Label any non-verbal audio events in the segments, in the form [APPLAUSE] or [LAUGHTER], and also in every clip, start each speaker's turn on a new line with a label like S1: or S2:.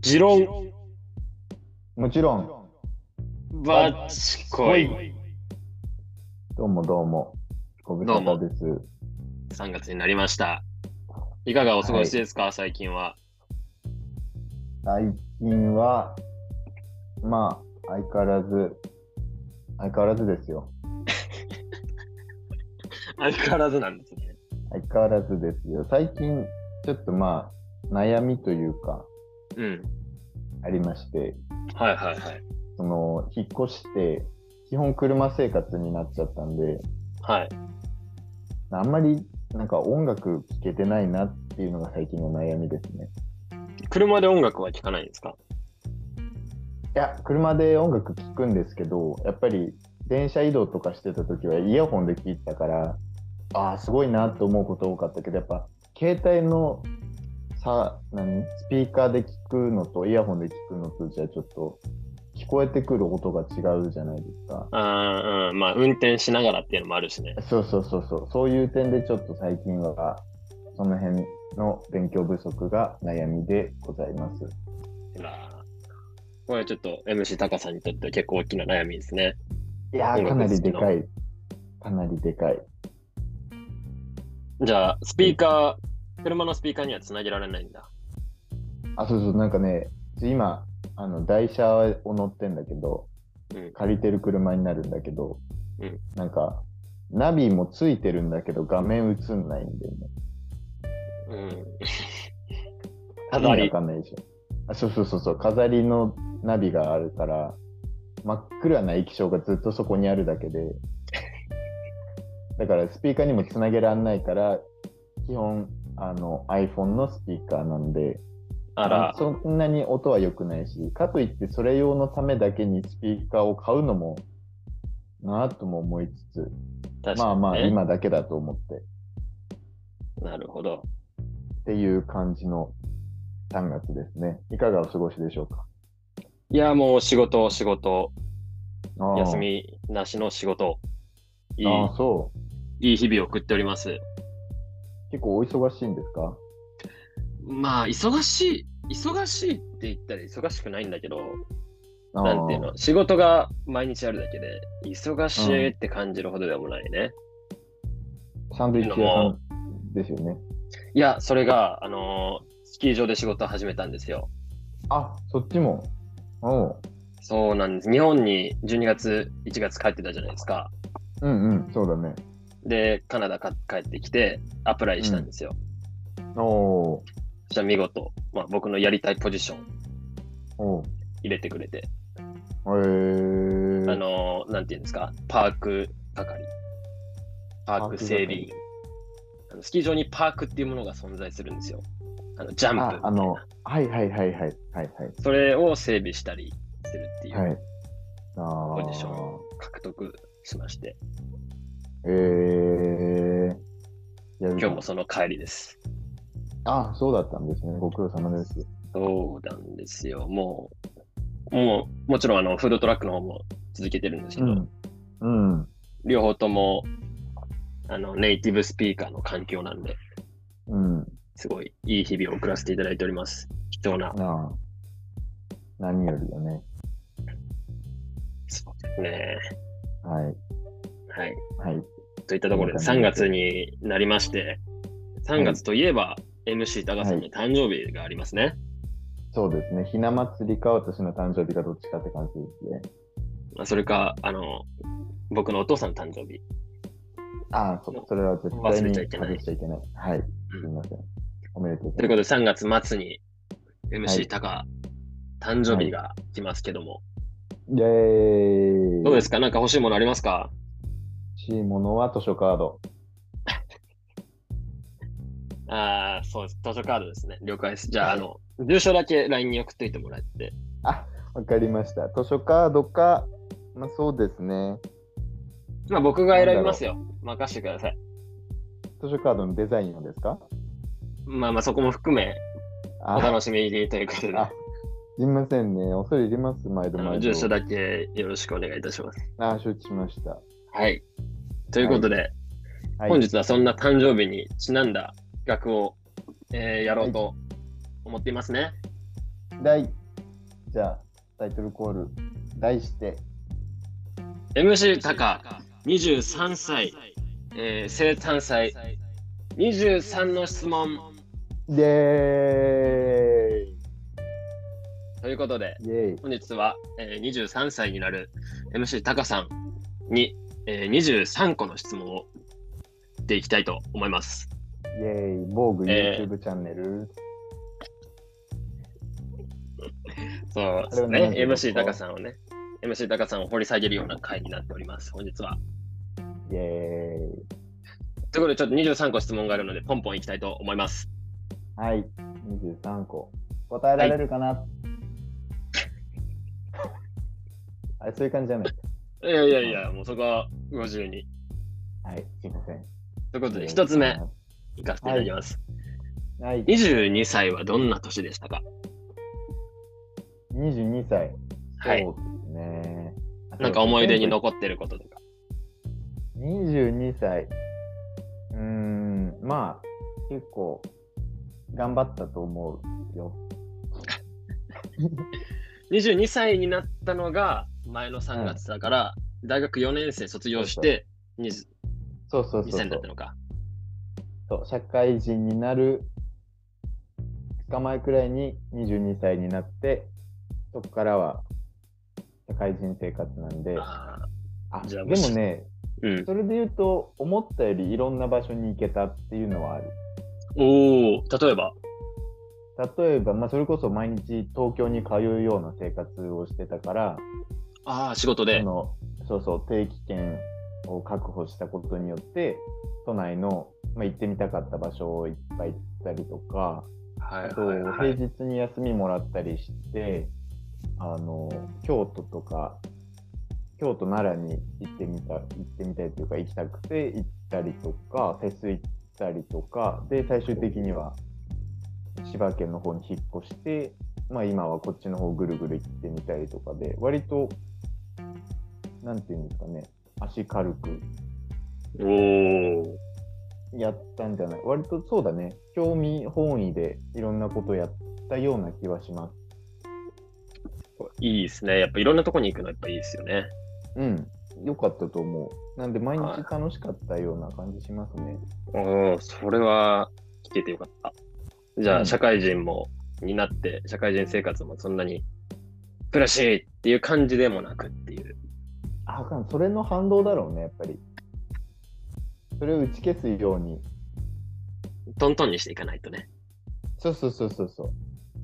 S1: 持論
S2: もちろん、
S1: バチコイ。
S2: どうもどうも。ご無沙
S1: どう
S2: 汰です。
S1: 3月になりました。いかがお過ごしですか、最近は。
S2: 最近は、まあ、相変わらず、相変わらずですよ。
S1: 相変わらずなんですね。
S2: 相変わらずですよ。最近、ちょっとまあ、悩みというか、
S1: うん。
S2: ありまして、
S1: はいはいはい。
S2: その、引っ越して、基本車生活になっちゃったんで、
S1: はい。
S2: あんまり、なんか音楽聴けてないなっていうのが最近の悩みですね。
S1: 車で音楽は聴かないんですか
S2: いや、車で音楽聴くんですけど、やっぱり電車移動とかしてた時はイヤホンで聴いてたから、ああ、すごいなと思うこと多かったけど、やっぱ携帯のさ、何スピーカーで聴くのとイヤホンで聴くのとじゃちょっと聞こえてくる音が違うじゃないですか。
S1: あーうん。まあ、運転しながらっていうのもあるしね。
S2: そうそうそうそう、そういう点でちょっと最近は、その辺の勉強不足が悩みでございます。
S1: まあ、これはちょっと MC 高さんにとっては結構大きな悩みですね。
S2: いや
S1: 音
S2: ー、か
S1: 楽好き
S2: な
S1: な
S2: りでかい。かなりでかい。
S1: じゃあ、スピーカー、車のスピーカーにはつなげられないんだ。
S2: あ、そうそう、なんかね、今、あの台車を乗ってんだけど、
S1: うん
S2: 借りてる車になるんだけど、
S1: うん
S2: なんか、ナビもついてるんだけど、画面映んないんだよね。
S1: うん。
S2: 意
S1: 飾
S2: 味
S1: り
S2: わ。かんないでしょ。あそうそうそうそう、飾りのナビがあるから、真っ暗な液晶がずっとそこにあるだけで、
S1: [LAUGHS]
S2: だからスピーカーにもつなげられないから、基本、あの iPhone のスピーカーなんで、
S1: あら、
S2: そんなに音は良くないし、かといってそれ用のためだけにスピーカーを買うのもなぁとも思いつつ、
S1: 確かに、ね。
S2: まあまあ今だけだと思ってっ
S1: なるほど。
S2: ていう感じの3月ですね。いかがお過ごしでしょうか
S1: いや、もう仕事、仕事、
S2: あー
S1: 休みなしの仕事、い
S2: あー、そう。
S1: いいい日々を送っております。
S2: 結構お忙しいんですか
S1: まあ、忙しい、忙しいって言ったら忙しくないんだけど、
S2: あー
S1: なんていうの、仕事が毎日あるだけで、忙しいって感じるほどでもないね。
S2: サンドイッチ屋さんですよね。
S1: いや、それが、あのースキー場で仕事を始めたんですよ。
S2: あ、そっちも。う
S1: そうなんです。日本に12月、1月帰ってたじゃないですか。
S2: ん。うんうん、そうだね。
S1: で、カナダか帰ってきて、アプライしたんですよ。
S2: おー
S1: そしたら見事、まあ、僕のやりたいポジション
S2: おー
S1: 入れてくれて、
S2: へー
S1: あのーなんていうんですか、パーク係、パーク整備員。あのスキー場にパークっていうものが存在するんですよ。あのジャンプみたい
S2: あ、
S1: な
S2: あの、はいはいはいはい。はいはい。
S1: それを整備したりするってい
S2: は
S1: う
S2: い。あー
S1: ポジションを獲得しまして、
S2: えー、
S1: 今日もその帰りです。
S2: あ、そうだったんですね。ご苦労様です。
S1: そうなんですよ。もう、もう、もちろんあのフードトラックの方も続けてるんですけど、。
S2: うん。
S1: 両方ともあのネイティブスピーカーの環境なんで、
S2: うん。
S1: すごいいい日々を送らせていただいております。貴重な。
S2: なあ。何よりだね。
S1: そうですね。
S2: はい。
S1: はい。
S2: はい。
S1: といったところで
S2: そ
S1: 3
S2: んな感じ
S1: 月になりまして、3月といえば MC 高さんの誕生日がありますね。
S2: そうですね。ひな祭りか私の誕生日かどっちかって感じですね。
S1: まあそれか、あの、僕のお父さんの誕生日。
S2: ああ、そそれは絶対に
S1: 忘れちゃいけない
S2: 外しちゃいけない。はい。すみません。おめでと
S1: とい
S2: うござ
S1: う
S2: い
S1: こ
S2: ま
S1: とで3月末に
S2: は
S1: MC
S2: い
S1: 高、誕生日が来ますけども、
S2: す。イェーイ。
S1: どうです
S2: か
S1: かなんか欲しいものありますか
S2: 欲しいものは図書カード。
S1: ああ、そうです。図書カードですね。了解です。じゃあ、あの、住所だけ LINE に送っといてもらって。
S2: わかりました。図書カードか、まあそうですね。
S1: まあ僕が選びますよ。任せてください。
S2: 図書カードのデザインをですか
S1: まあまあそこも含め、お
S2: あ
S1: 楽しみにということで、あ
S2: あすいませんね。恐れ入ります、毎度
S1: の
S2: 毎
S1: 住
S2: 度。
S1: 所だけよろしくお願いいたします。
S2: あ、承知しました。
S1: はい。ということで、
S2: はい、
S1: 本日はそんな誕生日にちなんだ企画を、えーやろうと思っていますね。
S2: 題、じゃあ、タイトルコール、題して、
S1: MC タカ、23歳、えー、生誕祭、23の質問
S2: イェーイ
S1: ということで、
S2: イェーイ
S1: 本日は、えー、23歳になる MC タカさんに、えー、23個の質問をしていきたいと思います。
S2: イェーイ防具
S1: えー
S2: YouTube チャンネル、
S1: そうですね。MC タカさんをね、MC タカさんを掘り下げるような回になっております、本日は。
S2: イェーイ
S1: ということで、ちょっと23個質問があるので、ポンポンいきたいと思います。
S2: はい、23個。答えられるかな、 [LAUGHS] あれ、そういう感じじゃない。
S1: いやいやいや、もうそこはご自由に。
S2: はい、すいません。
S1: ということで、1つ目、。いかせていただきます。
S2: はい、
S1: 22歳はどんな年でしたか
S2: 22歳。
S1: はい。
S2: そうですね。
S1: なんか思い出に残ってることとか。
S2: 22歳。うーん、まあ、結構、頑張ったと思うよ。
S1: 22歳になったのが前の3月だから、大学4年生卒業して20
S2: そうそうそ
S1: 2000
S2: うそ
S1: になっ
S2: う
S1: たのか。
S2: そう。社会人になる2日前くらいに22歳になって、そこからは社会人生活なんで。
S1: あ
S2: あ、
S1: じ
S2: で
S1: ゃあ
S2: も
S1: もし
S2: ね、
S1: ー
S2: それで言うと、思ったよりいろんな場所に行けたっていうのはある。
S1: うん、おお、例えば。
S2: 例えば、まあ、それこそ毎日東京に通うような生活をしてたから、
S1: ああ、仕事
S2: そ
S1: で。
S2: のそうそう定期券を確保したことによって都内の、まあ、行ってみたかった場所をいっぱい行ったりとか
S1: は
S2: あ
S1: い
S2: と
S1: はいはい
S2: 平日に休みもらったりしてあの京都とか京都奈良に行ってみた行ってみたいというか行きたくて行ったりとかフェス行ったりとかで最終的には千葉県の方に引っ越して、まあ、今はこっちの方ぐるぐる行ってみたりとかで割となんていうんですかね足軽く
S1: おお、
S2: やったんじゃない割とそうだね興味本位でいろんなことやったような気はします。
S1: いいですね。やっぱいろんなとこに行くのやっぱいいですよね。
S2: うん、良かったと思う。なんで、毎
S1: は
S2: 日
S1: い
S2: 楽しかったような感じしますね。
S1: おお、それは聞けてよかった。じゃ
S2: う
S1: あ、
S2: ん
S1: 社会人も、になって、社会人生活もそんなに苦しいっていう感じでもなくっていう。
S2: あかん、それの反動だろうね、やっぱり。それを打ち消すように。
S1: トントンにしていかないとね。
S2: そうそうそうそうそう。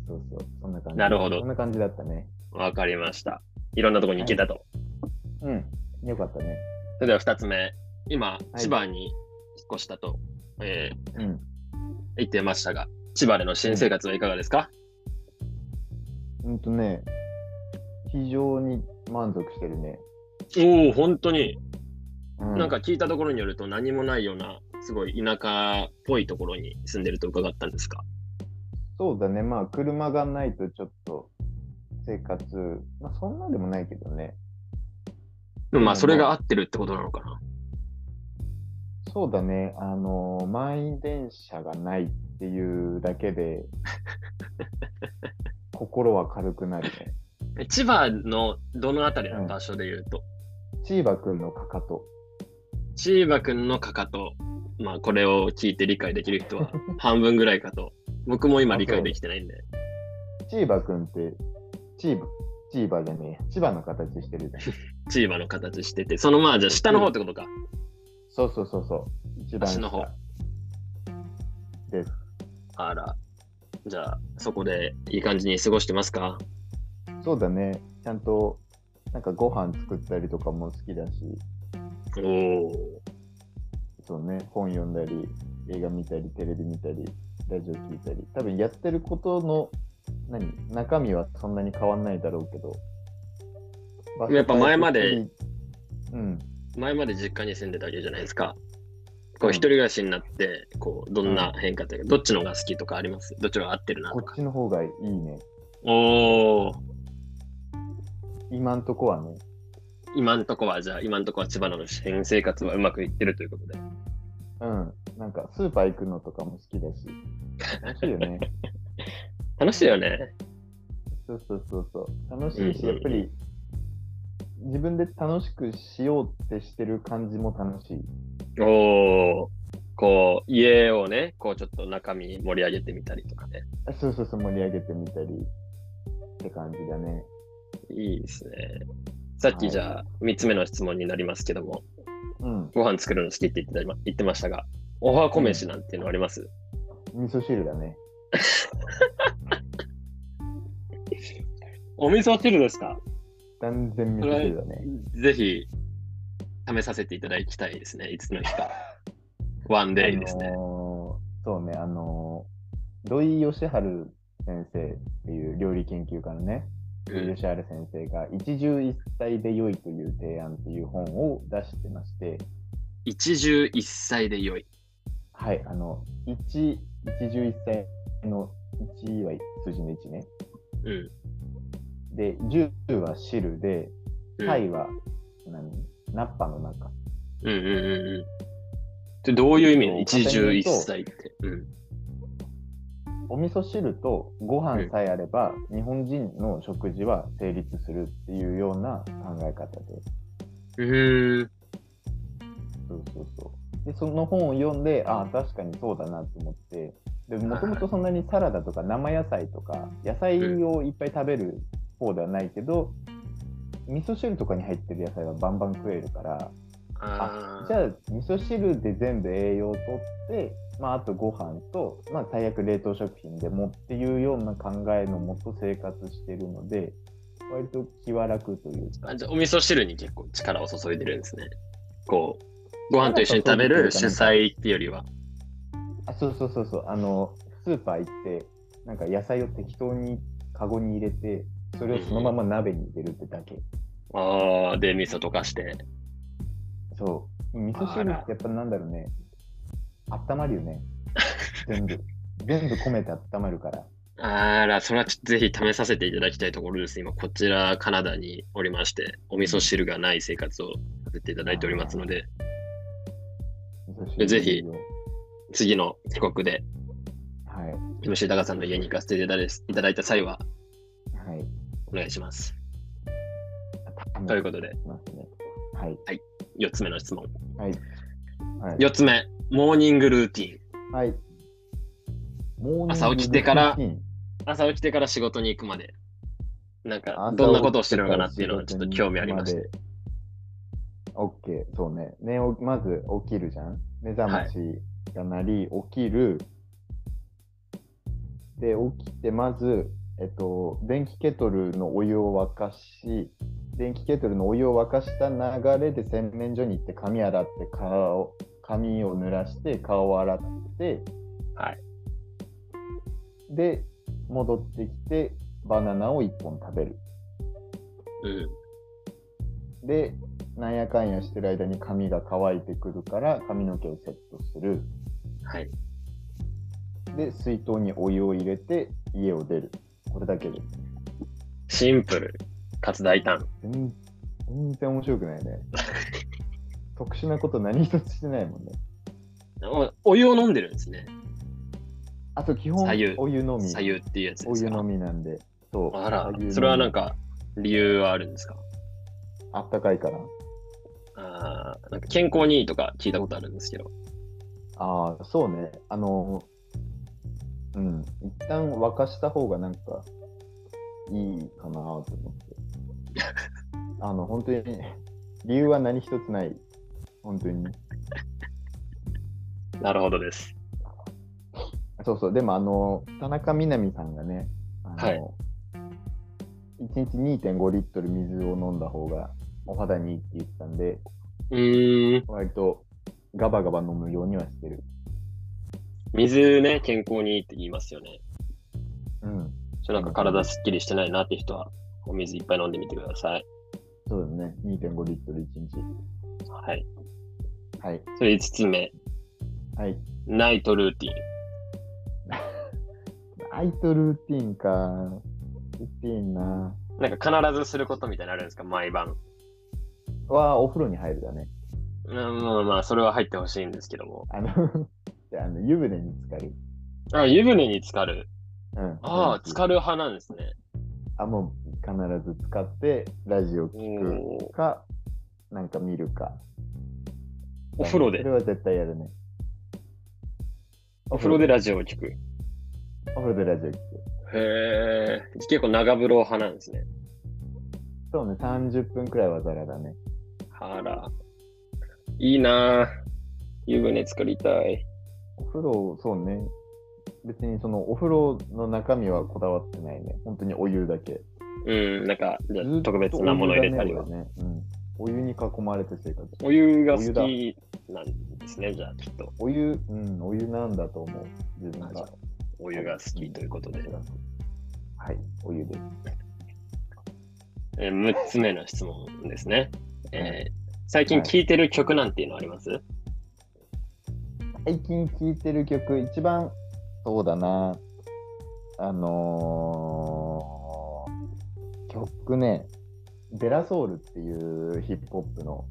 S2: そうそう、そんな感じ。
S1: なるほど
S2: そんな感じだったね。
S1: わかりました。いろんなとこに行けたと。
S2: うん、良かったね。
S1: それでは2つ目。今、
S2: い
S1: 千葉に引っ越したと、えー
S2: うん。
S1: 言ってましたが、千葉での新生活はいかがですか、
S2: うんとね、非常に満足してるね。
S1: おお、本当に、
S2: う
S1: なんか、聞いたところによると何もないような、すごい田舎っぽいところに住んでると伺ったんですか。
S2: そうだね、まあ、車がないとちょっと生活、まあ、そんなでもないけどね。
S1: でもまあ、
S2: うん
S1: それが合ってるってことなのかな。
S2: そうだね、あの、満員電車がないっていうだけで、
S1: [LAUGHS]
S2: 心は軽くなるね。
S1: え千葉のどのあたりの場所で言うと、
S2: チーバくんのかかと。
S1: 千葉くんのかかと、まあ、これを聞いて理解できる人 [LAUGHS] は半分ぐらいかと、僕も今理解できてないんで。
S2: チーバくんって、チーバ、チーバじゃねえや、千葉の形して
S1: [LAUGHS]
S2: るじゃん。
S1: 千葉の形してて、そのまあじゃあ下の方ってことか。
S2: そうそうそうそう。一番
S1: 足の方
S2: 下。です。
S1: あら。じゃあ、そこでいい感じに過ごしてますか
S2: そうだね、ちゃんと、なんかご飯作ったりとかも好きだし、
S1: おお。
S2: そうね、本読んだり、映画見たり、テレビ見たり、ラジオ聞いたり、多分やってることの、何、中身はそんなに変わんないだろうけど。場所
S1: やっぱ前まで。
S2: うん。
S1: 前まで実家に住んでたわけじゃないですか。こう、一人暮らしになって、こう、どんな変化というか、どっちの方が好きとかありますどっちの方が合ってるなと
S2: こ
S1: か
S2: っ。ちの方がいいね。
S1: おお。
S2: 今んとこはね。
S1: 今んとこは、じゃあ、今んとこは千葉の新生活はうまくいってるということで。
S2: うん。なんか、スーパー
S1: [LAUGHS]
S2: 行くのとかも好きだし。楽しいよね。
S1: 楽しいよね。
S2: そうそうそうそう。楽しいし、
S1: うんう
S2: や
S1: ん
S2: っぱり、自分で楽しくしようってしてる感じも楽しい。
S1: おーこう、家をね、こうちょっと中身盛り上げてみたりとかね。
S2: あそうそうそう、盛り上げてみたりって感じだね。
S1: いいですね。さっきじゃあ、3つ目の質問になりますけども、
S2: うん。
S1: ご飯作るの好きって言ってた今言ってましたが、おはこ飯なんていうのあります、
S2: 味噌汁だね。
S1: お味噌汁ですか
S2: 断然味噌汁だね。
S1: ぜひ、試させていただきたいですね。いつの [LAUGHS] 日か。ワンデイです
S2: あ
S1: ね。
S2: のーそうね、あのー土井善治先生っていう料理研究家のね、土井善治先生が、一汁一菜で良いという提案っていう本を出してまして、
S1: 一汁一菜で良い。
S2: はい、あの、一、一汁一菜の1は数字の1ね。
S1: うん。
S2: で、10は汁で、
S1: うん
S2: 菜は何、ナッパの中。
S1: うんうんうんうん。でどういう意味なの
S2: えっと
S1: 一汁一菜って。うん。
S2: お味噌汁とご飯さえあれば、日本人の食事は成立するっていうような考え方で。
S1: う
S2: そうそうそう。で、その本を読んで、ああ、確かにそうだなと思って、でもともとそんなにサラダとか生野菜とか、野菜をいっぱい食べる方ではないけど、味噌汁とかに入ってる野菜はバンバン食えるから、
S1: ーん。あ
S2: じ
S1: あ。
S2: ゃあ味噌汁で全部栄養をとって、まあ、あとご飯と、まあ、最悪冷凍食品でもっていうような考えのもと生活してるので割と気は楽というか
S1: あじゃあお味噌汁に結構力を注いでるんですね。こう、ご飯と一緒に食べる主菜っていうよりは。
S2: あそうそうそうそうあのスーパー行ってなんか野菜を適当にカゴに入れてそれをそのまま鍋に入れるってだけ、
S1: ああ、で、味噌溶かして。
S2: そう味噌汁ってやっぱなんだろうね温まるよね
S1: [LAUGHS]
S2: 全部全部込めて温まるから
S1: あら、それはちょっとぜひ試させていただきたいところです。今、こちらカナダにおりまして、お味噌汁がない生活をさせていただいておりますので、
S2: 味噌
S1: え
S2: 汁
S1: ぜひ
S2: いいよ
S1: 次の帰国で、
S2: はい
S1: MC 高さんの家に行かせていただいただいた際は、
S2: はい
S1: お願いします。
S2: うん
S1: ということで、
S2: ますね。はい。
S1: 4つ目の質問。
S2: はい。はい。
S1: 4つ目、モーニングルーティン。
S2: はい、モーニング
S1: 朝起きてから
S2: ルーティン
S1: 朝起きてから仕事に行くまで。なんか、
S2: 朝
S1: どんなことをしてるのかなっていうのはちょっと興味ありまして。
S2: オッケー、そうね。ね、おまず起きるじゃん。目覚ましが鳴り、起きる。で、起きて、まず、えっと、電気ケトルのお湯を沸かし、電気ケトルのお湯を沸かした流れで洗面所に行って髪洗って顔、髪を濡らして顔を洗って、
S1: はい。
S2: で、戻ってきてバナナを1本食べる。
S1: うん。
S2: で、なんやかんやしてる間に髪が乾いてくるから髪の毛をセットする。
S1: はい。
S2: で、水筒にお湯を入れて家を出る。これだけです。
S1: シンプル、かつ大胆。
S2: 全全然面白くな
S1: [LAUGHS]
S2: いね。特殊なこと何一つしてないもんね。
S1: おお湯を飲んでるんですね。
S2: あと基本
S1: 白湯
S2: お湯のみ。
S1: 左右っていうやつで
S2: お
S1: す
S2: 湯
S1: か
S2: のみなんで。そう。
S1: あら
S2: 白湯の、み
S1: それはなんか理由はあるんですか
S2: あったかいから。
S1: あーなんか健康にいいとか聞いたことあるんですけど。
S2: ああ、そうね。あの、うん。一旦沸かした方がなんか、いいかなと思って。あの、本当に、理由は何一つない。本当に。
S1: なるほどです。
S2: そうそう。でも、あの、田中みな実さんがね、あの、
S1: はい
S2: 1日2.5リットル水を飲んだ方がお肌にいいって言ってたんで、
S1: うーん、
S2: 割とガバガバ飲むようにはしてる。
S1: 水ね、健康にいいって言いますよね。
S2: うん。
S1: ちょなんか体すっきりしてないなって人は、お水いっぱい飲んでみてください。
S2: そうだね。2.5リットル1日。
S1: はい。
S2: はい。
S1: それ5つ目、
S2: はい。
S1: ナイトルーティン。
S2: ナイトルーティンか。ルーティンな。
S1: なんか必ずすることみたいなのあるんですか毎晩。
S2: は、お風呂に入るだね。
S1: うん、まあまあ、それは入ってほしいんですけども。
S2: あの、 [LAUGHS] であの湯船に浸かる。
S1: あ、湯船に浸かる。
S2: うん。
S1: ああ、浸
S2: る。
S1: かる派なんですね。
S2: あ、もう必ず使ってラジオ聞
S1: おー
S2: くか、なんか見るか。
S1: お風呂
S2: そ
S1: で
S2: れ、は絶対やるね。
S1: お風呂でラジオを聞く。へ
S2: お風呂でラジオ聞く。
S1: え。結構長風呂派なんですね。
S2: そうね、30分くらいはザラだね。
S1: あら。いいなぁ。湯船作りたい。
S2: お風呂、そうね。別にそのお風呂の中身はこだわってないね。本当にお湯だけ。
S1: うん、なんか、じゃあ
S2: ずっと
S1: 特別なもの入れたりは
S2: お。湯だね。俺ねうん、お湯に囲まれて生活。
S1: お湯が
S2: お湯
S1: 好
S2: だ
S1: きなんですね、じゃあ、きっと。
S2: お湯、うん、お湯なんだと思う。自分
S1: あじゃ
S2: が
S1: あ。お湯が好きということで。
S2: はい、お湯です。
S1: えー、6つ目の質問ですね。
S2: は
S1: えー最近
S2: はい
S1: 聴いてる曲なんていうのあります、
S2: 最近聴いてる曲、一番、そうだな。あのー、曲ね、デラソウルっていうヒップホップの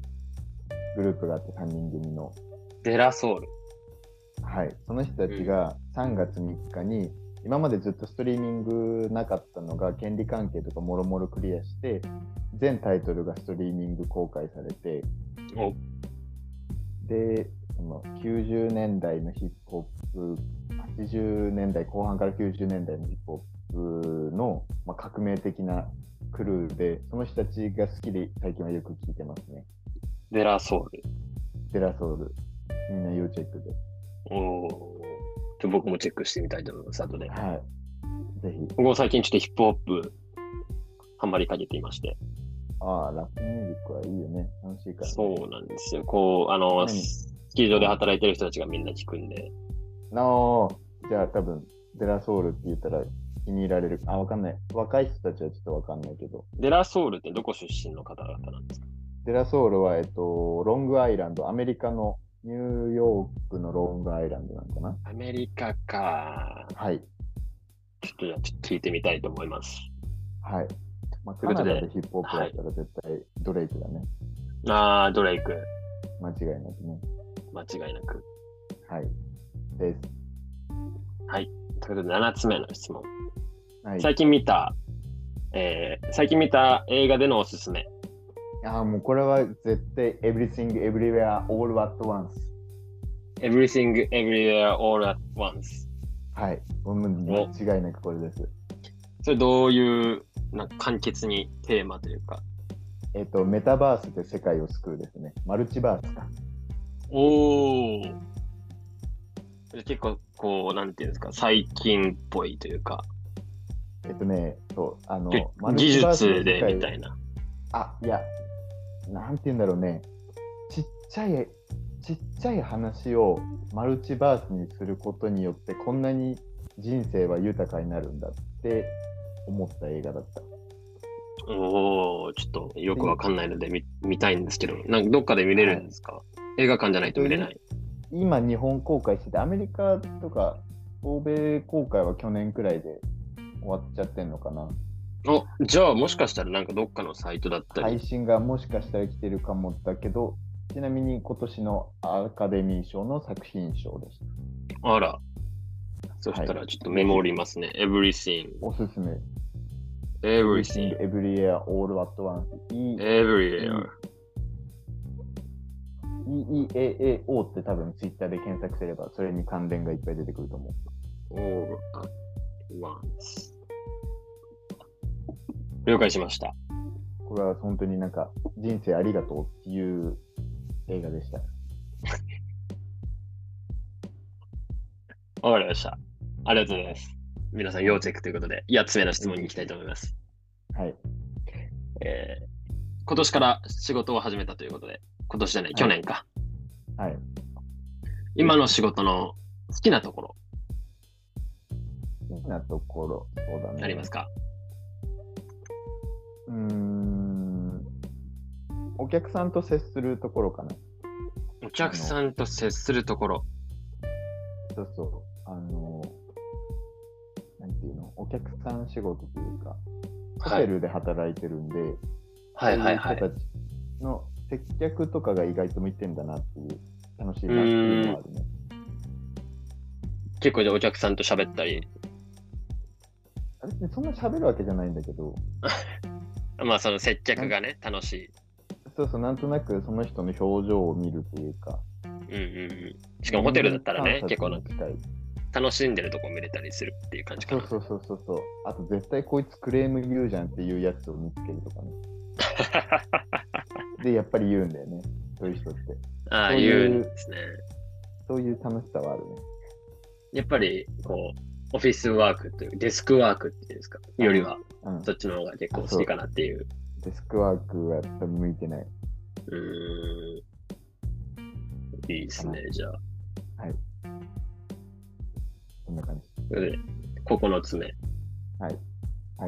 S2: グループがあって、3人組の。
S1: デラソウル。
S2: はい、その人たちが3月3日に、今までずっとストリーミングなかったのが権利関係とかもろもろクリアして全タイトルがストリーミング公開されて
S1: お
S2: でその90年代のヒップホップ80年代後半から90年代のヒップホップの、まあ、革命的なクルーでその人たちが好きで最近はよく聴いてますね
S1: デラソウル。
S2: デラソウルみんな要チェックで
S1: おーちょ僕もチェックしてみたいと思います、後で。
S2: はいぜひ
S1: 僕も最近ちょっとヒップホップ、ハマりかけていまして。
S2: ああ、ラップミュージックはいいよね。楽しいから。
S1: そうなんですよ。こう、あの、
S2: うん
S1: スキー場で働いてる人たちがみんな聞くんで。
S2: なお、じゃあ多分、デラソウルって言ったら気に入られる。あ、わかんない。若い人たちはちょっとわかんないけど。
S1: デラソウルってどこ出身の方々なんですか
S2: デラソウルは、えっと、ロングアイランド、アメリカのニューヨークのロングアイランドなのかな
S1: アメリカか。
S2: はい。
S1: ちょっとじゃあ、ちょっと聞いてみたいと思います。
S2: はい。まあ、
S1: と
S2: カ
S1: いうこと
S2: ナ
S1: で
S2: ダでヒップホップだったら絶対ドレイクだね。
S1: あー、ドレイク。
S2: 間違いなくね。
S1: 間違いなく。
S2: はい。です。
S1: ということで、7つ目の質問。
S2: はい。
S1: 最近見た、えー最近見た映画でのおすすめ。
S2: ああ、もうこれは絶対 Everything Everywhere All at Once。
S1: Everything, Everywhere, All at Once。
S2: はい。もう間違いなくこれです。
S1: それどういう、なんか簡潔にテーマというか。
S2: えっと、メタバースで世界を救うですね。マルチバースか。
S1: おー。結構、こう、なんていうんですか、最近っぽいというか、
S2: えっとね、そう、あの、マル
S1: 技
S2: チバースの
S1: 術
S2: 世
S1: で
S2: 界
S1: みたいな。
S2: あ、いや、なんて言うんだろうね。ちっちゃい、ちっちゃい話をマルチバースにすることによって、こんなに人生は豊かになるんだって思った映画だった。
S1: おー、ちょっとよくわかんないので見見たいんですけど、なんかどっかで見れるんですか、映画館じゃないと見れない。
S2: 今、日本公開してて、アメリカとか欧米公開は去年くらいで終わっちゃってんのかな。
S1: お、じゃあもしかしたらなんかどっかのサイトだったり、
S2: 配信がもしかしたら来てるかもだけど、ちなみに今年のアカデミー賞の作品賞でした。
S1: あら。そしたらちょっとメモりますね。everything,
S2: おすすめ。
S1: everything,
S2: Every Year All at Once。E-
S1: everywhere.
S2: EEAAO って多分 Twitter で検索すれば、それに関連がいっぱい出てくると思う。
S1: all at once. 了解しました。
S2: これは本当になんか人生ありがとうっていう映画でした。
S1: わかりました。ありがとうございます。皆さん、要チェックということで、8つ目の質問に行きたいと思います。
S2: はい。
S1: えー今年から仕事を始めたということで、今年じゃない、
S2: い
S1: 去年か。
S2: はい。
S1: 今の仕事の好きなところ
S2: 好きなところ、そうだね。
S1: ありますか、
S2: うーん。お客さんと接するところかな。
S1: お客さんと接するところ。
S2: そうそう、あの、なんていうの、お客さん仕事というか、ホ
S1: は
S2: テ
S1: い。
S2: ルで働いてるんで、
S1: はいはいはい
S2: そう。いう人たちの接客とかが意外と向いてんだなっていう、楽しいなっていうのはあるね。
S1: 結構じゃあお客さんと喋ったり
S2: 別にそんな喋るわけじゃないんだけど、
S1: まあその接客がね、楽しい。
S2: そうそう、なんとなくその人の表情を見るというか。
S1: うんうんうん。しかもホテルだったらね、結構なんか
S2: 期待
S1: 楽しんでるとこ見れたりするっていう感じか
S2: そう
S1: な。
S2: そうそうそうそう。あと絶対こいつクレーム言うじゃんっていうやつを見つけると
S1: [LAUGHS]
S2: かね。で、やっぱり言うんだよね。そういう人って。
S1: ああ、
S2: そういう
S1: 言うんですね。
S2: そういう楽しさはあるね。
S1: やっぱり、こう、オフィスワークというデスクワークっていうんですか、よりは、
S2: うん。
S1: そっちの方が結構好きかなっていう。
S2: デスクワークはやっぱ向いてない。
S1: うーん。いいですね、じゃあ。
S2: こんな感じ。
S1: ということで9つ目。
S2: はい、、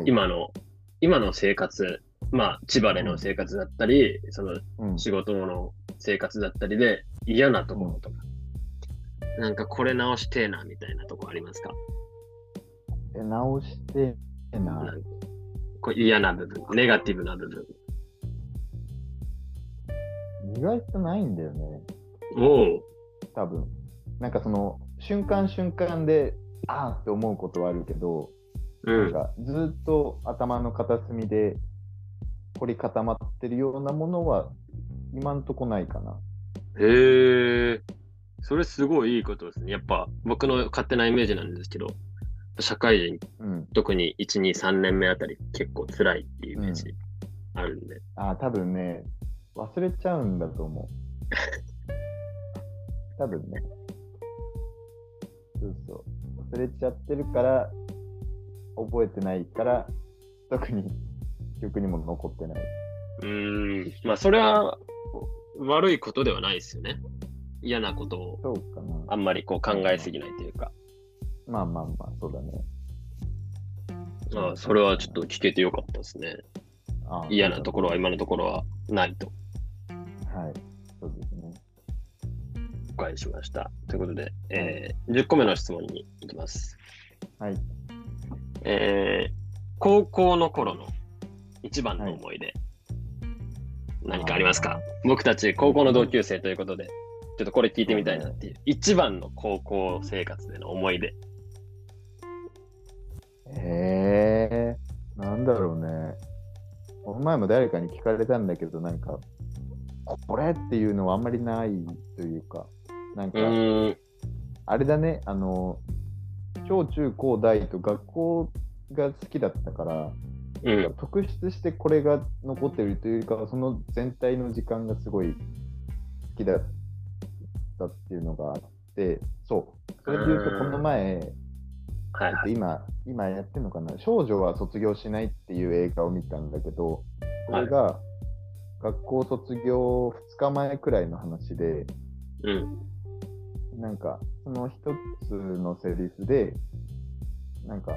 S1: 今の、今の生活、まあ、千葉での生活だったり、その
S2: うん、
S1: 仕事の生活だったりで嫌なところとか、なんかこれ直してえなみたいなとこありますか
S2: え直してえ
S1: な。
S2: なん
S1: かこれ嫌な部分、ネガティブな部分。
S2: 意外とないんだよね。
S1: おう
S2: 多分。なんかその、瞬間瞬間で、ああって思うことはあるけど、
S1: う
S2: なん
S1: ん。
S2: かずーっと頭の片隅で凝り固まってるようなものは今んとこないかな。
S1: へえ。それすごいいいことですね。やっぱ僕の勝手なイメージなんですけど、社会人、
S2: うん。
S1: 特に1、2、3年目あたり結構辛いっていうイメージあるんで。
S2: ああ、多分ね、忘れちゃうんだ
S1: [LAUGHS]
S2: と思う。多分ね。そうそう。忘れちゃってるから、覚えてないから、特に記憶にも残ってない。
S1: うーん。まあそれは悪いことではないですよね。嫌なことを
S2: そうか
S1: あ
S2: な。
S1: んまりこう考えすぎないというか。
S2: まあまあまあ、そうだね。
S1: ああそれはちょっと聞けてよかったですね。
S2: ああ
S1: 嫌なところは今のところはないと
S2: はい。そうですね。
S1: 誤解しました。ということで、えー10個目の質問に行きます。
S2: はい。
S1: えー高校の頃の一番の思い出、何かありますか僕たち高校の同級生ということで、ちょっとこれ聞いてみたいなっていう、一番の高校生活での思い出。
S2: えー、なんだろうね。この前も誰かに聞かれたんだけど、なんか、これっていうのはあんまりないというか、なん
S1: う
S2: か、
S1: ーん、
S2: あれだね、あの、小中高大と学校が好きだったから、
S1: うん、
S2: 特筆してこれが残ってるというよりかは、その全体の時間がすごい好きだったっていうのがあって、そう、それで言うと、この前、
S1: はい
S2: えっ
S1: は
S2: と
S1: い。
S2: 今、今やってるのかな、少女は卒業しないっていう映画を見たんだけど、これが学校卒業2日前くらいの話で、
S1: うん、
S2: なんか、その一つのセリフで、なんか、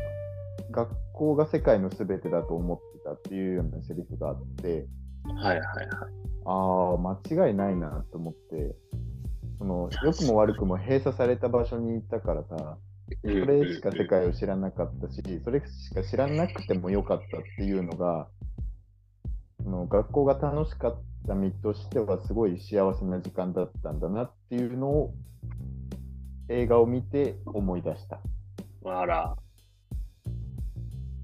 S2: 学校が世界の全てだと思ってたっていうようなセリフがあって、
S1: はいはいはい。
S2: ああ、間違いないなと思って、その、良くも悪くも閉鎖された場所に行ったからさ、
S1: そ
S2: それしか世界を知らなかったし、それしか知らなくてもよかったっていうのが、その学校が楽しかった身としては、すごい幸せな時間だったんだなっていうのを、映画を見て思い出したっ
S1: あら、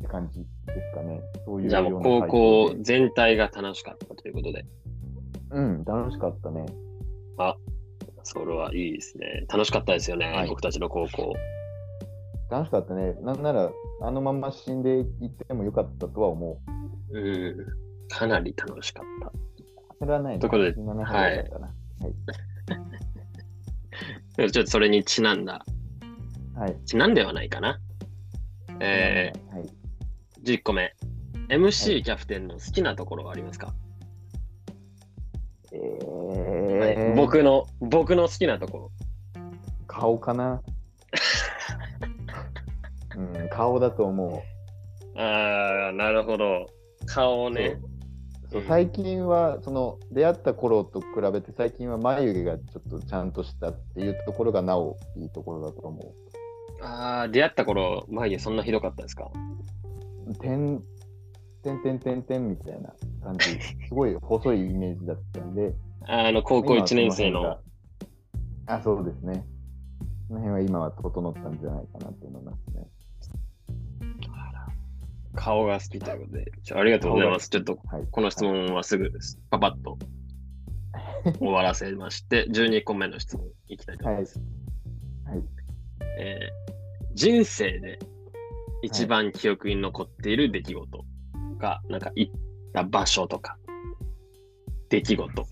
S2: て感じですかね。そういう
S1: じゃあも
S2: よ
S1: う高
S2: な
S1: 校
S2: 背景で
S1: 全体が楽しかったということで、
S2: うん、楽しかったね。
S1: それはいいですね。楽しかったですよね、
S2: はい
S1: 僕たちの高校。
S2: 楽しかったね。なんなら、あのまま死んでいってもよかったとは思う。
S1: うん、かなり楽しかった。
S2: それはない
S1: と
S2: な。
S1: いうことで
S2: 死なない方がよかったな
S1: でもちょっとそれにちなんだ、
S2: はい。
S1: ちなんではないかな。え
S2: はい。
S1: ー、10個目。
S2: は
S1: MC キャプテンの好きなところはありますか、は
S2: えー
S1: い僕の、僕の好きなとこ
S2: 顔
S1: [LAUGHS]
S2: かな、うん、顔だと思
S1: ろ。ああ、なるほど。顔
S2: う,、
S1: ね。
S2: そう
S1: うん
S2: 最近はその出会った頃と比べて最近は眉毛がちょっとちゃんとしたっていうところがなおいいところだと思
S1: ああ、出会った頃、眉毛そんなひどかったですか
S2: う点点点点点みたいな感じすごい細いイメージだったんで
S1: あの、高校
S2: 今は
S1: 1年生
S2: そ
S1: の
S2: 辺。があそうですねその辺は今は整ったんじゃないかなと思いますね
S1: 顔が好きということで、ちょありがとうございます。ちょっと
S2: はい。
S1: この質問はすぐパパッと終わらせまして、12個目の質問いきたいと思います。
S2: はいはい
S1: えー人生で一番記憶に残っている出来事が、なんか行った場所とか、出来事、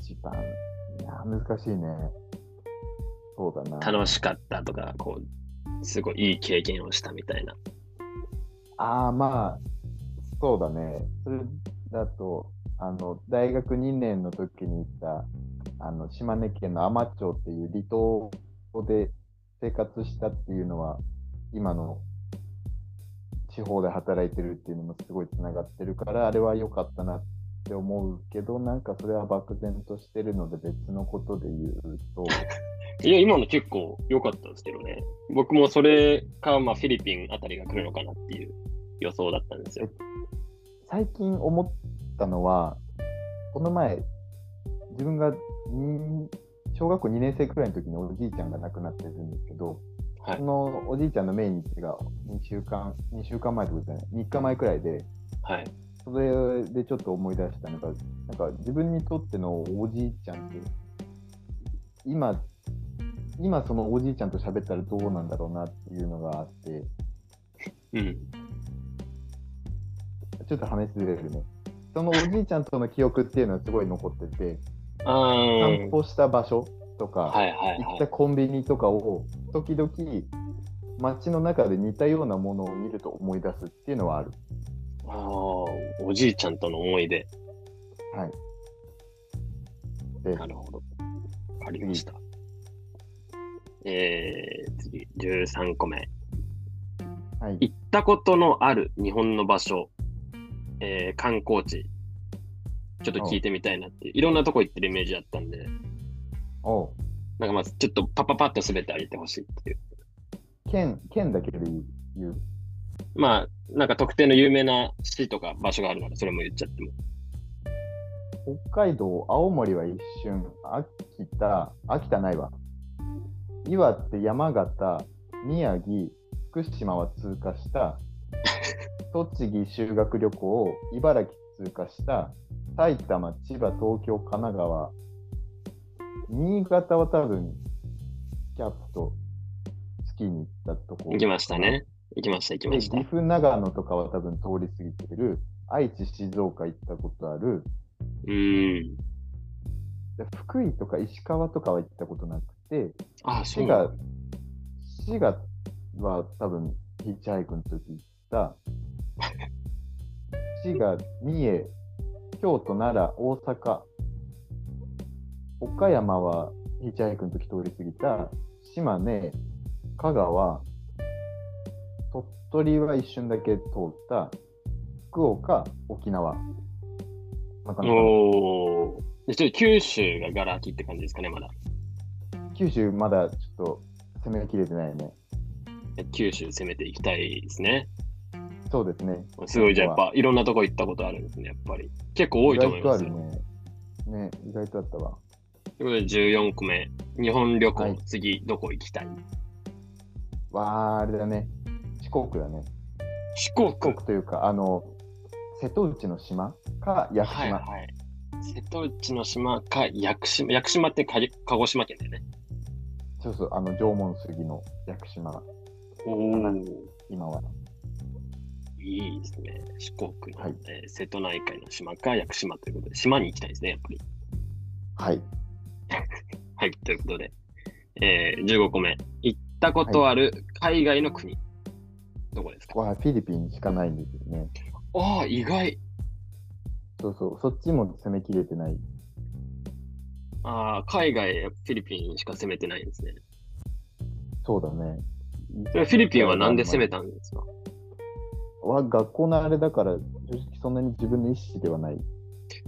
S2: 一番、いや、難しいね。そうだな。
S1: 楽しかったとか、こう、すごいいい経験をしたみたいな。
S2: ああ、まあ、そうだね。それだと、あの、大学2年の時に行った、あの、島根県の海士町っていう離島で生活したっていうのは、今の地方で働いてるっていうのもすごいつながってるから、あれは良かったなって思うけど、なんかそれは漠然としてるので別のことで言うと、
S1: いや、今の結構良かったですけどね。僕もそれか、まあ、フィリピンあたりが来るのかなっていう予想だったんですよ。
S2: 最近思ったのは、この前、自分がに小学校2年生くらいの時におじいちゃんが亡くなってるんですけど、
S1: はい
S2: そのおじいちゃんの命日が2週間、2週間前ってことじゃない、3日前くらいで、
S1: はい。
S2: それでちょっと思い出したのが、なんか自分にとってのおじいちゃんって、今、今そのおじいちゃんと喋ったらどうなんだろうなっていうのがあって、
S1: うん。
S2: ちょっと話ずれるね。そのおじいちゃんとの記憶っていうのはすごい残ってて、
S1: ああ。
S2: 散歩した場所とか、
S1: はいはい
S2: 行っ
S1: は
S2: た
S1: い。
S2: コンビニとかを時々街の中で似たようなものを見ると思い出すっていうのはある。
S1: ああ、おじいちゃんとの思い出。
S2: はい。で
S1: なるほど。ありました。えー、次、13個目。
S2: はい、
S1: 行ったことのある日本の場所、えー、観光地、ちょっと聞いてみたいなっていう、いろんなとこ行ってるイメージだったんで、
S2: おう
S1: なんかまずちょっとパパパッとすべてあげてほしいっていう。
S2: 県県だけで言う。
S1: まあ、なんか特定の有名な市とか場所があるから、それも言っちゃっても。
S2: 北海道、青森は一瞬、秋田、秋田ないわ。岩手、山形、宮城、福島は通過した。
S1: [LAUGHS]
S2: 栃木修学旅行、茨城通過した。埼玉、千葉、東京、神奈川。新潟は多分、キャップとスキーに行ったとこ。
S1: 行きましたね。行きました、行き
S2: で
S1: まし
S2: 岐
S1: た。
S2: 阜、長野とかは多分通り過ぎてる。愛知、静岡行ったことある。
S1: うん。
S2: で福井とか石川とかは行ったことなくて、
S1: ああ、そう
S2: 滋
S1: なんだ
S2: 賀、滋賀は多分ヒッチハイクの時行
S1: [LAUGHS]
S2: った。滋賀、三重、京都、奈良、大阪、岡山はヒッチハイクの時通り過ぎた。島根、香川、鳥取は一瞬だけ通った。福岡、沖縄。なかなか
S1: おお。でちょっと九州がガラ空きって感じですかね、まだ。
S2: 九州まだちょっと攻めきれてないね。
S1: 九州攻めていきたいですね。
S2: そうですね。
S1: すごい、じゃあやっぱいろんなとこ行ったことあるんですね、やっぱり。結構多いと思います
S2: 意
S1: よ。
S2: 外とあるね。ね、意外とあったわ。
S1: ということで14個目。日本旅行、
S2: はい
S1: 次どこ行きたい
S2: わー、あれだね。四国だね。
S1: 四国。
S2: 四国というか、あの、瀬戸内の島か屋久
S1: はい
S2: 島。
S1: はい。瀬戸内の島か屋久島。屋久島ってか鹿児島県だよね。
S2: そうそう、あの、縄文杉の屋久島、
S1: お
S2: ー
S1: お。
S2: 今は。
S1: いいですね。四国の、
S2: はい
S1: えー瀬戸内海の島か屋久島ということで、島に行きたいですね、やっぱり。
S2: はい。
S1: はい、ということで、えー、15個目。行ったことある海外の国。どこですか
S2: わー、フィリピンしかないんですよね。
S1: ああ、意外。
S2: そうそう、そっちも攻めきれてない。
S1: ああ、海外、フィリピンしか攻めてないんですね。
S2: そうだね。
S1: それフィリピンはなんで攻めたんですか
S2: は学校のあれだから、正直そんなに自分の意思ではない。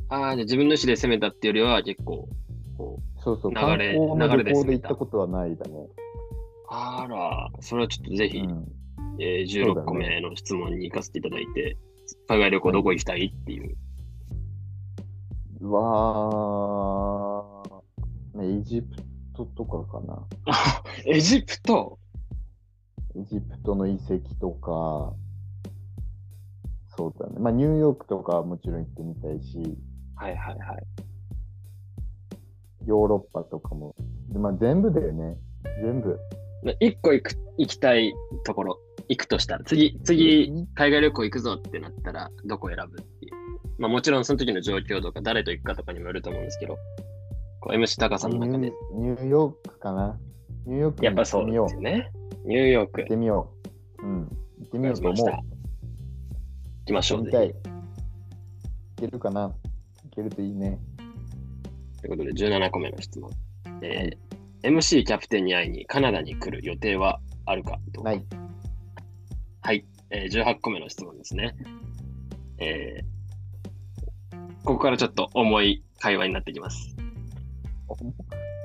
S1: ああ、じゃあ自分の意思で攻めたっていうよりは結構、こう、
S2: そうそう、
S1: 流
S2: 観
S1: れ
S2: 光の
S1: 流れで攻
S2: 旅行で
S1: め
S2: 行ったたことはないだね。
S1: あら、それはちょっとぜひ、
S2: うん
S1: えー
S2: そうだ
S1: 16
S2: ね
S1: 個目の質問に行かせていただいて、海外旅行どこ行きたいっていう。
S2: うわー、ね、エジプトとかかな。
S1: エジプト
S2: エジプトの遺跡とか、そうだね。まあ、ニューヨークとかはもちろん行ってみたいし、
S1: はいはいはい。
S2: ヨーロッパとかも。でまあ、全部だよね。全部。
S1: まあ一個行く行きたいところ、行くとしたら、次、次、海外旅行行くぞってなったら、どこ選ぶっていう。まあもちろんその時の状況とか、誰と行くかとかにもよると思うんですけど、こう MC 高さんの中
S2: ニ
S1: で
S2: ュー、ニューヨークかな。ニューヨークに
S1: やっぱ
S2: 行
S1: そ
S2: っ
S1: う
S2: てみ
S1: で
S2: よう。
S1: すよね。ニューヨーク
S2: 行っ、てみよう。うん。行ってみ
S1: 行
S2: よう
S1: き
S2: と
S1: ま
S2: 思
S1: し
S2: う。
S1: た。
S2: 行
S1: 行きましょ
S2: っ
S1: う
S2: てみたい。
S1: ぜ
S2: 行けるかな行けるといいね。
S1: ひ。ということで、17個目の質問。えー MC キャプテンに会いにカナダに来る予定はあるかどうか
S2: ない。
S1: はい、えー18個目の質問ですね。えーここからちょっと重い会話になってきます。
S2: 重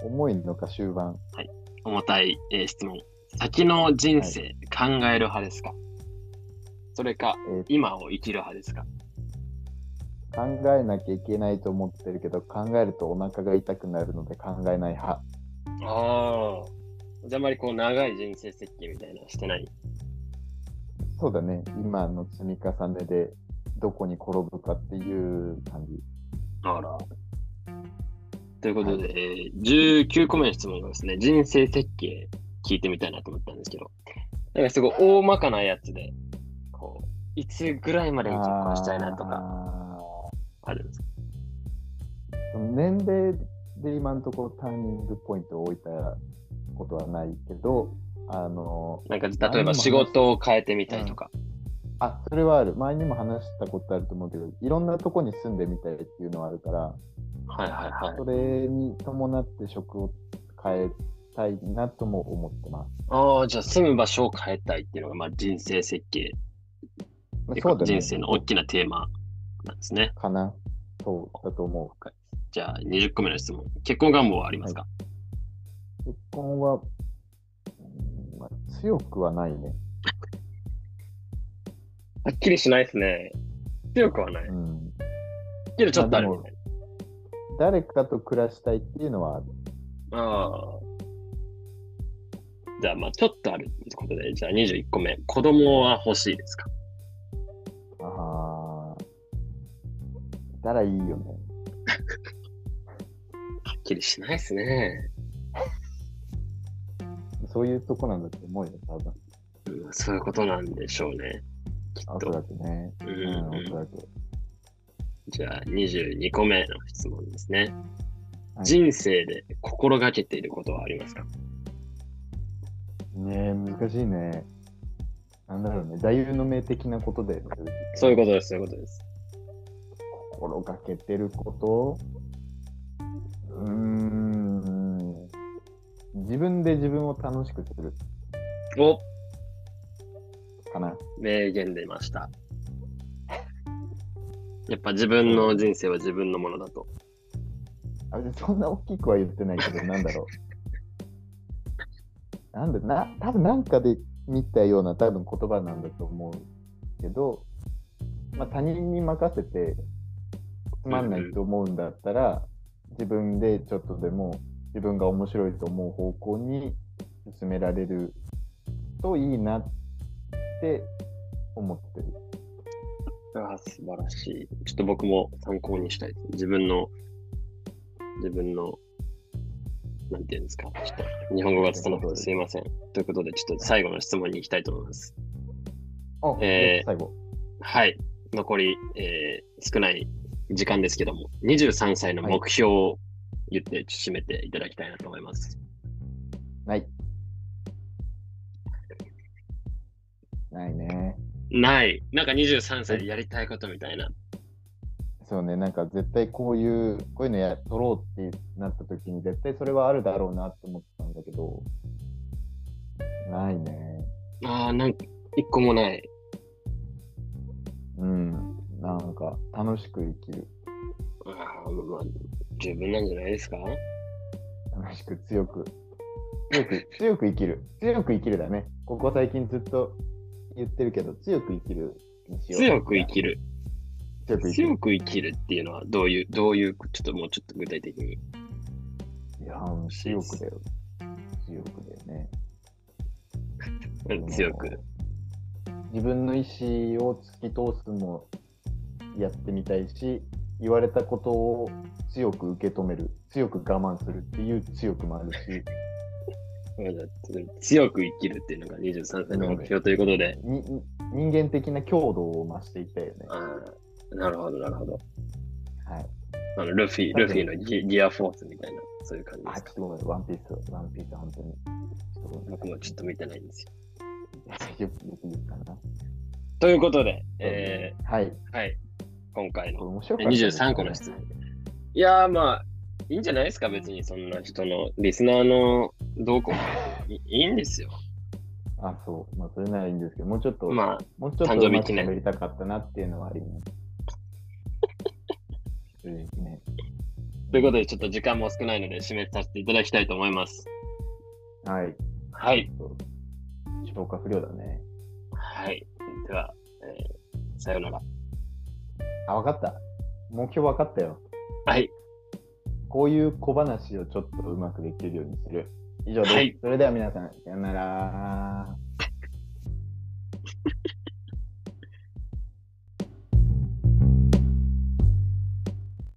S2: 重いのか終盤。
S1: 重たい、えー質問。先の人生考える派ですか、それか
S2: えー
S1: 今を生きる派ですか
S2: 考えなきゃいけないと思ってるけど、考えるとお腹が痛くなるので考えない派。
S1: ああ。じゃああまりこう長い人生設計みたいなのしてない。
S2: そうだね。今の積み重ねで、どこに転ぶかっていう感じ。
S1: あら。ということで、えー19個目の質問がですね、人生設計聞いてみたいなと思ったんですけど、なんかすごい大まかなやつで、こう、いつぐらいまでに結婚したいなとか
S2: あ
S1: あるんですか
S2: ー。その年齢で今のところターニングポイントを置いたことはないけど、あの、
S1: なんか例えば仕事を変えてみたいとか。
S2: あ、それはある。前にも話したことあると思うけど、いろんなとこに住んでみたいっていうのはあるから、
S1: はいはいはい。
S2: それに伴って職を変えたいなとも思ってます。
S1: ああ、じゃあ住む場所を変えたいっていうのが、まあ、人生設計
S2: ま
S1: ってい
S2: あ
S1: うか
S2: そうだ
S1: 人。
S2: ね
S1: 生の大きなテーマなんですね。
S2: かな。そうだと思う。
S1: じゃあ20個目の質問。結婚願望はありますか、
S2: 結婚は、うんまあ、強くはないね。
S1: はっきりしないですね。強くはない
S2: うん、
S1: けどちょっとあるみたいな。
S2: 誰かと暮らしたいっていうのはある。
S1: ああ。じゃあ、まあ、ちょっとあるってことで、じゃあ21個目。子供は欲しいですか
S2: ああ。いたらいいよね。
S1: はっきりしないですね。
S2: そういうとこなんだと思うよ、多分。
S1: うん、そういうことなんでしょうね。きっ
S2: おそ
S1: と。
S2: らくね。
S1: うん
S2: うん、
S1: う
S2: おそ
S1: ん、
S2: らく。
S1: じゃあ、22個目の質問ですね。
S2: はい
S1: 人生で心がけていることはありますか
S2: ねえ、難しいね。なんだろうね。座右の銘的なことで、
S1: そういうことです、そういうことです。
S2: 心がけてることうーん。自分で自分を楽しくする
S1: お
S2: かな。
S1: 名言出ました。やっぱ自分の人生は自分のものだと。
S2: あ別にそんな大きくは言ってないけど、なんだろ
S1: [LAUGHS]
S2: う。なんだ、な、多分なんかで見たような多分言葉なんだと思うけど、まあ他人に任せてつまんないと思うんだったら、自分でちょっとでも自分が面白いと思う方向に進められるといいなって思ってる。
S1: ああ、素晴らしい。ちょっと僕も参考にしたいです。自分の、自分の、なんていうんですか。ちょっと日本語が伝わらなくてすいません。ということで、ちょっと最後の質問に行きたいと思います。
S2: あ、
S1: えー
S2: 最後。
S1: はい。残り、えー少ない時間ですけども、23歳の目標を言って締めていただきたいなと思います。
S2: ない。ないね。
S1: ない。なんか23歳でやりたいことみたいな。
S2: そうね、なんか絶対こういう、こういうのや取ろうってなった時に、絶対それはあるだろうなって思ったんだけど、ないね。
S1: ああ、なんか、一個もない。
S2: うん。なんか、楽しく生きる。
S1: ああ、まあ、十分なんじゃないですか
S2: 楽しく強く。強く、強く生きる。強く生きるだね。ここ最近ずっと言ってるけど、強く生きるにしよう。
S1: 強く生きる。
S2: 強く生きる。
S1: 強く生きるっていうのはどういう、どういう、ちょっともうちょっと具体的に。
S2: いや、強くだよ。
S1: [LAUGHS]
S2: 強くだよね。
S1: うん強く。
S2: 自分の意思を突き通すもやってみたいし言われたことを強く受け止める強く我慢するっていう強くもあるし [LAUGHS]
S1: 強く生きるっていうのが23歳の目標ということで。
S2: に人間的な強度を増していきたいよね。
S1: あーなるほど、なるほど。
S2: はい、
S1: あのルフィ、
S2: だ
S1: ル
S2: って
S1: フィのギギアフォースみたいな、そういう感じで
S2: あ
S1: す
S2: ち
S1: か。
S2: ょっとごめん、ワンピース、ワンピース、本当に。ちょっとごめん
S1: 僕もちょっと見てないんですよ。
S2: よく、よく言ったな。
S1: ということで、え
S2: はい、
S1: ーはい、今回
S2: これ
S1: の。
S2: 面白かったですね、
S1: 23個の質問。いやー、まあ、いいんじゃないですか、別にそんな人の、リスナーの動 [LAUGHS] 向いいいんですよ。
S2: あ、そう。まあ、それならいいんですけど、もうちょっと、
S1: まあ、
S2: もうちょっと
S1: 誕生日記念
S2: うまく喋りたかったなっていうのはあります。そうですね。
S1: ということで、ちょっと時間も少ないので、締めさせていただきたいと思います。
S2: はい。
S1: はい。
S2: そう消化不良だね。
S1: はい。では、えーさようなら。
S2: あ、わかった。目標わかったよ。
S1: はい。
S2: こういう小話をちょっとうまくできるようにする。以上です。
S1: はい
S2: それでは皆さん、さよなら。